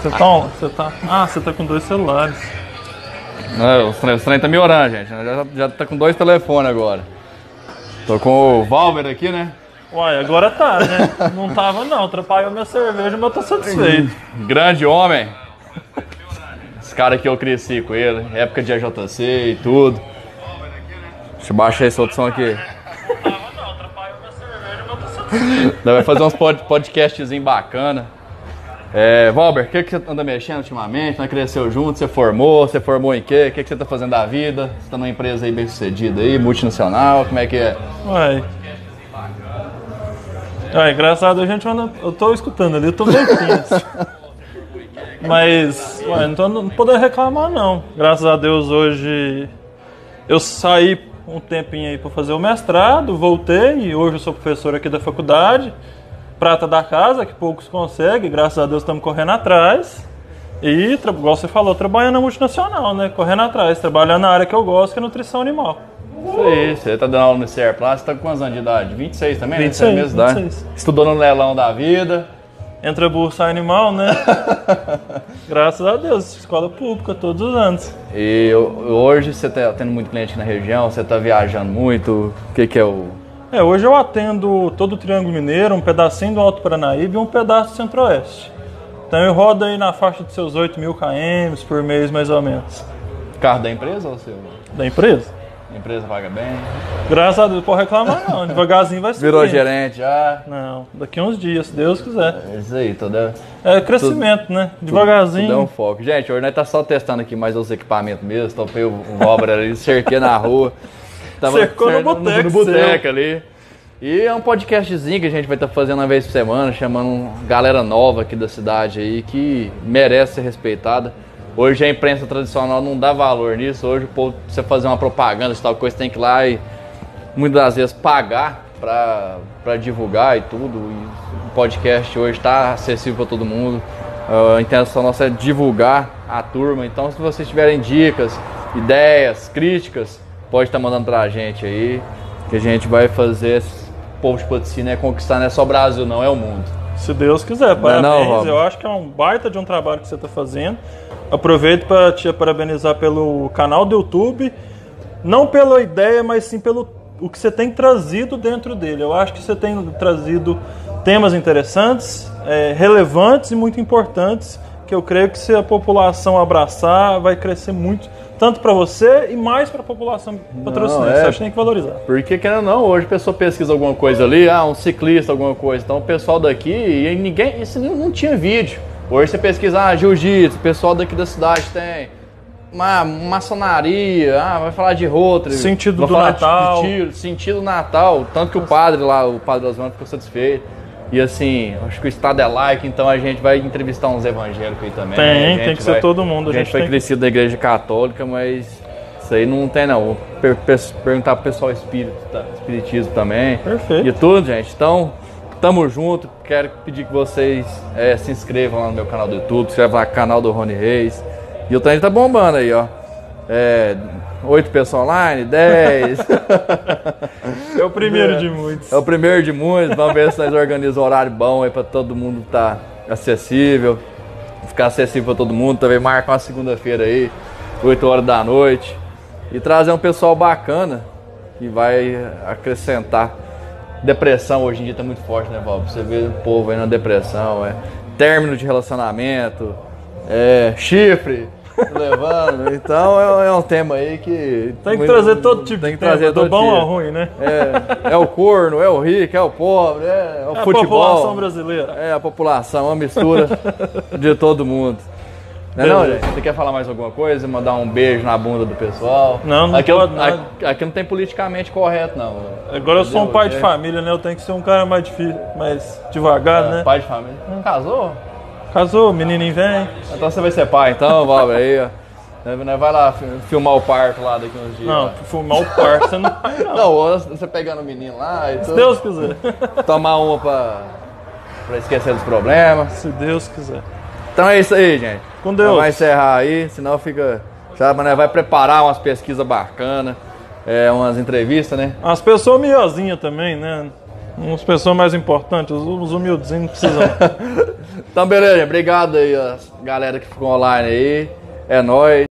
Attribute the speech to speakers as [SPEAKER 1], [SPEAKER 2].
[SPEAKER 1] Você tá, on- você tá. Ah, você tá com dois celulares.
[SPEAKER 2] Não, o Sren- o Sren tá melhorando, gente. Já, já tá com dois telefones agora. Tô com o Valver aqui, né?
[SPEAKER 1] Uai, agora tá, né? Não tava não, atrapalhou minha cerveja, mas eu tô satisfeito.
[SPEAKER 2] Grande homem. Esse cara aqui eu cresci com ele, época de AJC e tudo. Deixa eu baixar esse outro som aqui. Nós vai fazer uns pod podcastzinho bacana. É, Valber, o que, que você anda mexendo ultimamente? Nós cresceu junto, você formou, você formou em quê? O que, que você tá fazendo da vida? Você tá numa empresa aí bem sucedida aí, multinacional, como é que é?
[SPEAKER 1] Uai. Uai, engraçado, a gente anda. Eu tô escutando ali, eu tô bem tenso. Mas, uai, não tô não podendo reclamar não. Graças a Deus hoje eu saí um tempinho aí pra fazer o mestrado, voltei e hoje eu sou professor aqui da faculdade. Prata da casa, que poucos conseguem, graças a Deus estamos correndo atrás. E, tra- igual você falou, trabalhando na multinacional, né? Correndo atrás, trabalhando na área que eu gosto, que é nutrição animal.
[SPEAKER 2] Isso aí, você tá dando aula no CERP lá, você tá com quantos anos de idade? 26 também? né?
[SPEAKER 1] 26,
[SPEAKER 2] Você é mesmo, idade?
[SPEAKER 1] 26.
[SPEAKER 2] Estudou no leilão da vida.
[SPEAKER 1] Entra bursa animal, né? Graças a Deus, escola pública todos os anos.
[SPEAKER 2] E ho- hoje você tá tendo muito cliente na região, você tá viajando muito, o que que é o...
[SPEAKER 1] É, hoje eu atendo todo o Triângulo Mineiro, um pedacinho do Alto Paranaíba e um pedaço do Centro-Oeste. Então eu rodo aí na faixa de seus 8 mil km por mês, mais ou menos,
[SPEAKER 2] Carro da empresa ou seu?
[SPEAKER 1] da empresa.
[SPEAKER 2] A empresa paga bem?
[SPEAKER 1] Graças a Deus, não pode reclamar não, devagarzinho vai subir.
[SPEAKER 2] Virou gerente já?
[SPEAKER 1] Não, daqui uns dias, se Deus quiser.
[SPEAKER 2] É isso aí, tudo é...
[SPEAKER 1] É crescimento, né?
[SPEAKER 2] Tudo é um
[SPEAKER 1] Devagarzinho.
[SPEAKER 2] foco. Gente, hoje nós tá só testando aqui mais os equipamentos mesmo, topei o o obra ali, cerquei na rua. Tava
[SPEAKER 1] Cercou no
[SPEAKER 2] cercando-
[SPEAKER 1] boteco
[SPEAKER 2] No
[SPEAKER 1] seu.
[SPEAKER 2] boteco ali. E é um podcastzinho que a gente vai estar fazendo uma vez por semana, chamando um galera nova aqui da cidade aí, que merece ser respeitada. Hoje a imprensa tradicional não dá valor nisso, hoje o povo precisa fazer uma propaganda, se tal coisa, tem que ir lá e muitas das vezes pagar pra, pra divulgar e tudo. E o podcast hoje está acessível para todo mundo. Ah, A intenção nossa é divulgar a turma. Então, se vocês tiverem dicas, ideias, críticas, pode estar mandando pra gente aí. Que a gente vai fazer esse povo de patrocínio é conquistar, não é só Brasil, não, é o mundo.
[SPEAKER 1] Se Deus quiser,
[SPEAKER 2] Não é
[SPEAKER 1] parabéns.
[SPEAKER 2] não, Rob?
[SPEAKER 1] eu acho que é um baita de um trabalho que você está fazendo. Aproveito para te parabenizar pelo canal do YouTube, não pela ideia, mas sim pelo o que você tem trazido dentro dele. Eu acho que você tem trazido temas interessantes, eh, relevantes e muito importantes, que eu creio que se a população abraçar, vai crescer muito, tanto para você e mais para a população patrocinante. Você
[SPEAKER 2] é.
[SPEAKER 1] acha que tem que valorizar.
[SPEAKER 2] Porque, querendo ou não, hoje a pessoa pesquisa alguma coisa ali, ah, um ciclista, alguma coisa. Então, o pessoal daqui, e ninguém, isso não, não tinha vídeo. Hoje você pesquisa, ah, jiu-jitsu, o pessoal daqui da cidade tem. Ma maçonaria, ah, vai falar de Rotary.
[SPEAKER 1] Sentido
[SPEAKER 2] vai
[SPEAKER 1] do
[SPEAKER 2] falar de-
[SPEAKER 1] Natal.
[SPEAKER 2] De, tiro, sentido Natal. Tanto que o padre lá, o padre Osmano, ficou satisfeito. E assim, acho que o estado é like, então a gente vai entrevistar uns evangélicos aí também.
[SPEAKER 1] Tem,
[SPEAKER 2] A gente
[SPEAKER 1] tem que ser todo mundo,
[SPEAKER 2] A gente, foi
[SPEAKER 1] tem que-
[SPEAKER 2] crescido da igreja católica, mas isso aí não tem não. Per- per- perguntar pro pessoal espírita, espiritismo também.
[SPEAKER 1] Perfeito.
[SPEAKER 2] E tudo, gente. Então, tamo junto. Quero pedir que vocês eh, se inscrevam lá no meu canal do YouTube, se inscrevam lá no canal do Rony Reis. E o trem tá bombando aí, ó. É, 8 pessoas online, 10.
[SPEAKER 1] É o primeiro de muitos.
[SPEAKER 2] é o primeiro de muitos. Vamos ver se nós organizamos um horário bom aí pra todo mundo tá acessível. Ficar acessível pra todo mundo. Também marcar uma segunda-feira aí, 8 horas da noite. E trazer um pessoal bacana que vai acrescentar. Depressão hoje em dia tá muito forte, né, Val? Você vê o povo aí na depressão, é término de relacionamento, é chifre levando. Então é, é um tema aí que.
[SPEAKER 1] Tem que
[SPEAKER 2] muito-
[SPEAKER 1] trazer todo tipo
[SPEAKER 2] tem
[SPEAKER 1] de
[SPEAKER 2] que
[SPEAKER 1] tema,
[SPEAKER 2] trazer
[SPEAKER 1] do
[SPEAKER 2] todo
[SPEAKER 1] bom
[SPEAKER 2] tipo.
[SPEAKER 1] ao ruim, né?
[SPEAKER 2] É, é o corno, é o rico, é o pobre, é o
[SPEAKER 1] É a
[SPEAKER 2] futebol.
[SPEAKER 1] população brasileira.
[SPEAKER 2] É a população, uma mistura de todo mundo. Não, é não, gente? você quer falar mais alguma coisa? Mandar um beijo na bunda do pessoal?
[SPEAKER 1] Não, não
[SPEAKER 2] aqui,
[SPEAKER 1] pode,
[SPEAKER 2] aqui-
[SPEAKER 1] nada.
[SPEAKER 2] aqui não tem politicamente correto, não.
[SPEAKER 1] Agora eu sou um
[SPEAKER 2] Entendeu?
[SPEAKER 1] pai de
[SPEAKER 2] É,
[SPEAKER 1] família, né? Eu tenho que ser um cara mais difícil, mais devagar, né?
[SPEAKER 2] É, Pai de família. Casou?
[SPEAKER 1] Casou, menininho vem.
[SPEAKER 2] Então você vai ser pai, então, Valber, aí, ó. Nós Vai lá fi- filmar o parto lá daqui uns dias.
[SPEAKER 1] Não,
[SPEAKER 2] lá.
[SPEAKER 1] fumar o par, você não vai, não.
[SPEAKER 2] Não, ou você pegando o menino lá e
[SPEAKER 1] Se
[SPEAKER 2] tudo.
[SPEAKER 1] Deus quiser.
[SPEAKER 2] Tomar uma pra, pra esquecer dos problemas.
[SPEAKER 1] Se Deus quiser.
[SPEAKER 2] Então é isso aí, gente.
[SPEAKER 1] Com Deus.
[SPEAKER 2] Nós Vai encerrar aí, senão fica. Sabe, mas nós vai preparar umas pesquisas bacanas, é, umas entrevistas, né?
[SPEAKER 1] As pessoas miozinhas também, né? Umas pessoas mais importantes, os- os humildezinhos não precisam.
[SPEAKER 2] Então, beleza, obrigado aí, ó, galera que ficou online aí. É nóis.